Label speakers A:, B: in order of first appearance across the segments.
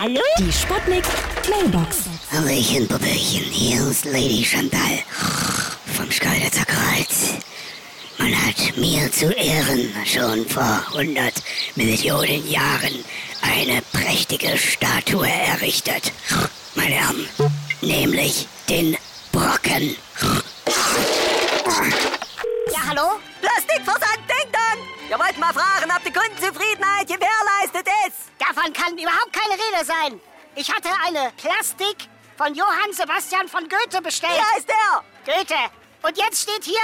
A: Hallo?
B: Die Sputnik Mailbox.
C: Hallöchen, Puppelchen, hier ist Lady Chantal vom Schkeuditzer Kreuz. Man hat mir zu Ehren schon vor 100 Millionen Jahren eine prächtige Statue errichtet, meine Herren, nämlich den Brocken.
A: Ja, hallo?
D: Plastikversand Ding Dong! Wir wollten mal fragen, ob die Kundenzufriedenheit gewährleistet ist.
A: Davon kann überhaupt keine Rede sein. Ich hatte eine Plastik von Johann Sebastian von Goethe
C: Äh.
A: bestellt.
D: Hier ist er.
A: Goethe. Und jetzt steht hier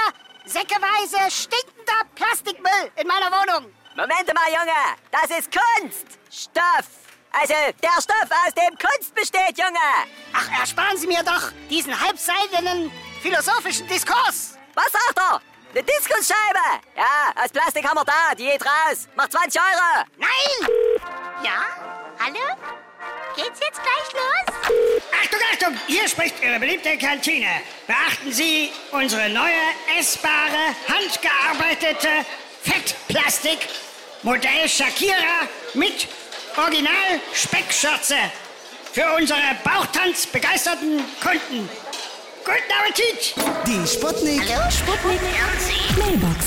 A: säckeweise stinkender Plastikmüll in meiner Wohnung.
D: Moment mal, Junge. Das ist Kunststoff. Also, der Stoff, aus dem Kunst besteht, Junge.
A: Ach, ersparen Sie mir doch diesen halbseidenen philosophischen Diskurs.
D: Was sagt er? Eine Diskusscheibe. Ja, aus Plastik haben wir da. Die geht raus. Macht 20 Euro.
A: Nein!
E: Ja? Hallo? Geht's jetzt gleich los?
F: Achtung, Achtung! Hier spricht Ihre beliebte Kantine. Beachten Sie unsere neue essbare, handgearbeitete Fettplastik Modell Shakira mit Original Speckschürze für unsere Bauchtanz begeisterten Kunden. Guten Appetit!
G: Die Sputnik.
E: Sputnik. Hören Sie?
B: Mailbox.